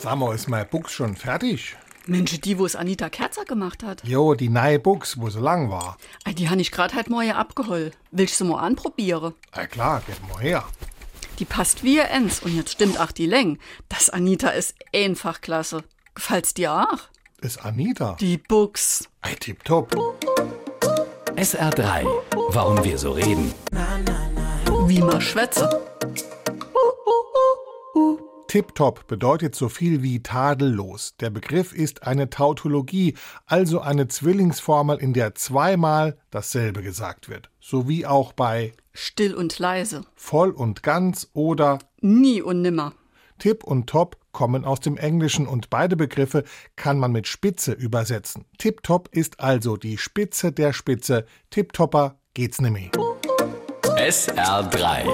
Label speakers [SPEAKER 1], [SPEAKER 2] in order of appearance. [SPEAKER 1] Sag mal, ist mein Buchs schon fertig?
[SPEAKER 2] Mensch, die, wo es Anita Kerzer gemacht hat,
[SPEAKER 1] Jo, die neue Buchs, wo sie lang war.
[SPEAKER 2] ei, die han ich grad halt morgen abgeholt. Willst du mal anprobiere?
[SPEAKER 1] Na klar, geht mal her.
[SPEAKER 2] Die passt wie ihr Ens und jetzt stimmt auch die Länge. Das Anita ist einfach klasse. Gefällt's dir auch?
[SPEAKER 1] Ist Anita.
[SPEAKER 2] Die Buchs.
[SPEAKER 1] Ey, tipptopp.
[SPEAKER 3] SR3. Warum wir so reden.
[SPEAKER 2] Wie man schwätze.
[SPEAKER 1] Tipptopp bedeutet so viel wie tadellos. Der Begriff ist eine Tautologie, also eine Zwillingsformel, in der zweimal dasselbe gesagt wird. So wie auch bei
[SPEAKER 2] Still und leise.
[SPEAKER 1] voll und ganz oder
[SPEAKER 2] Nie und nimmer.
[SPEAKER 1] Tipp und Top kommen aus dem Englischen und beide Begriffe kann man mit Spitze übersetzen. Tipptopp ist also die Spitze der Spitze. Tipptopper geht's nimmer.
[SPEAKER 3] SR3.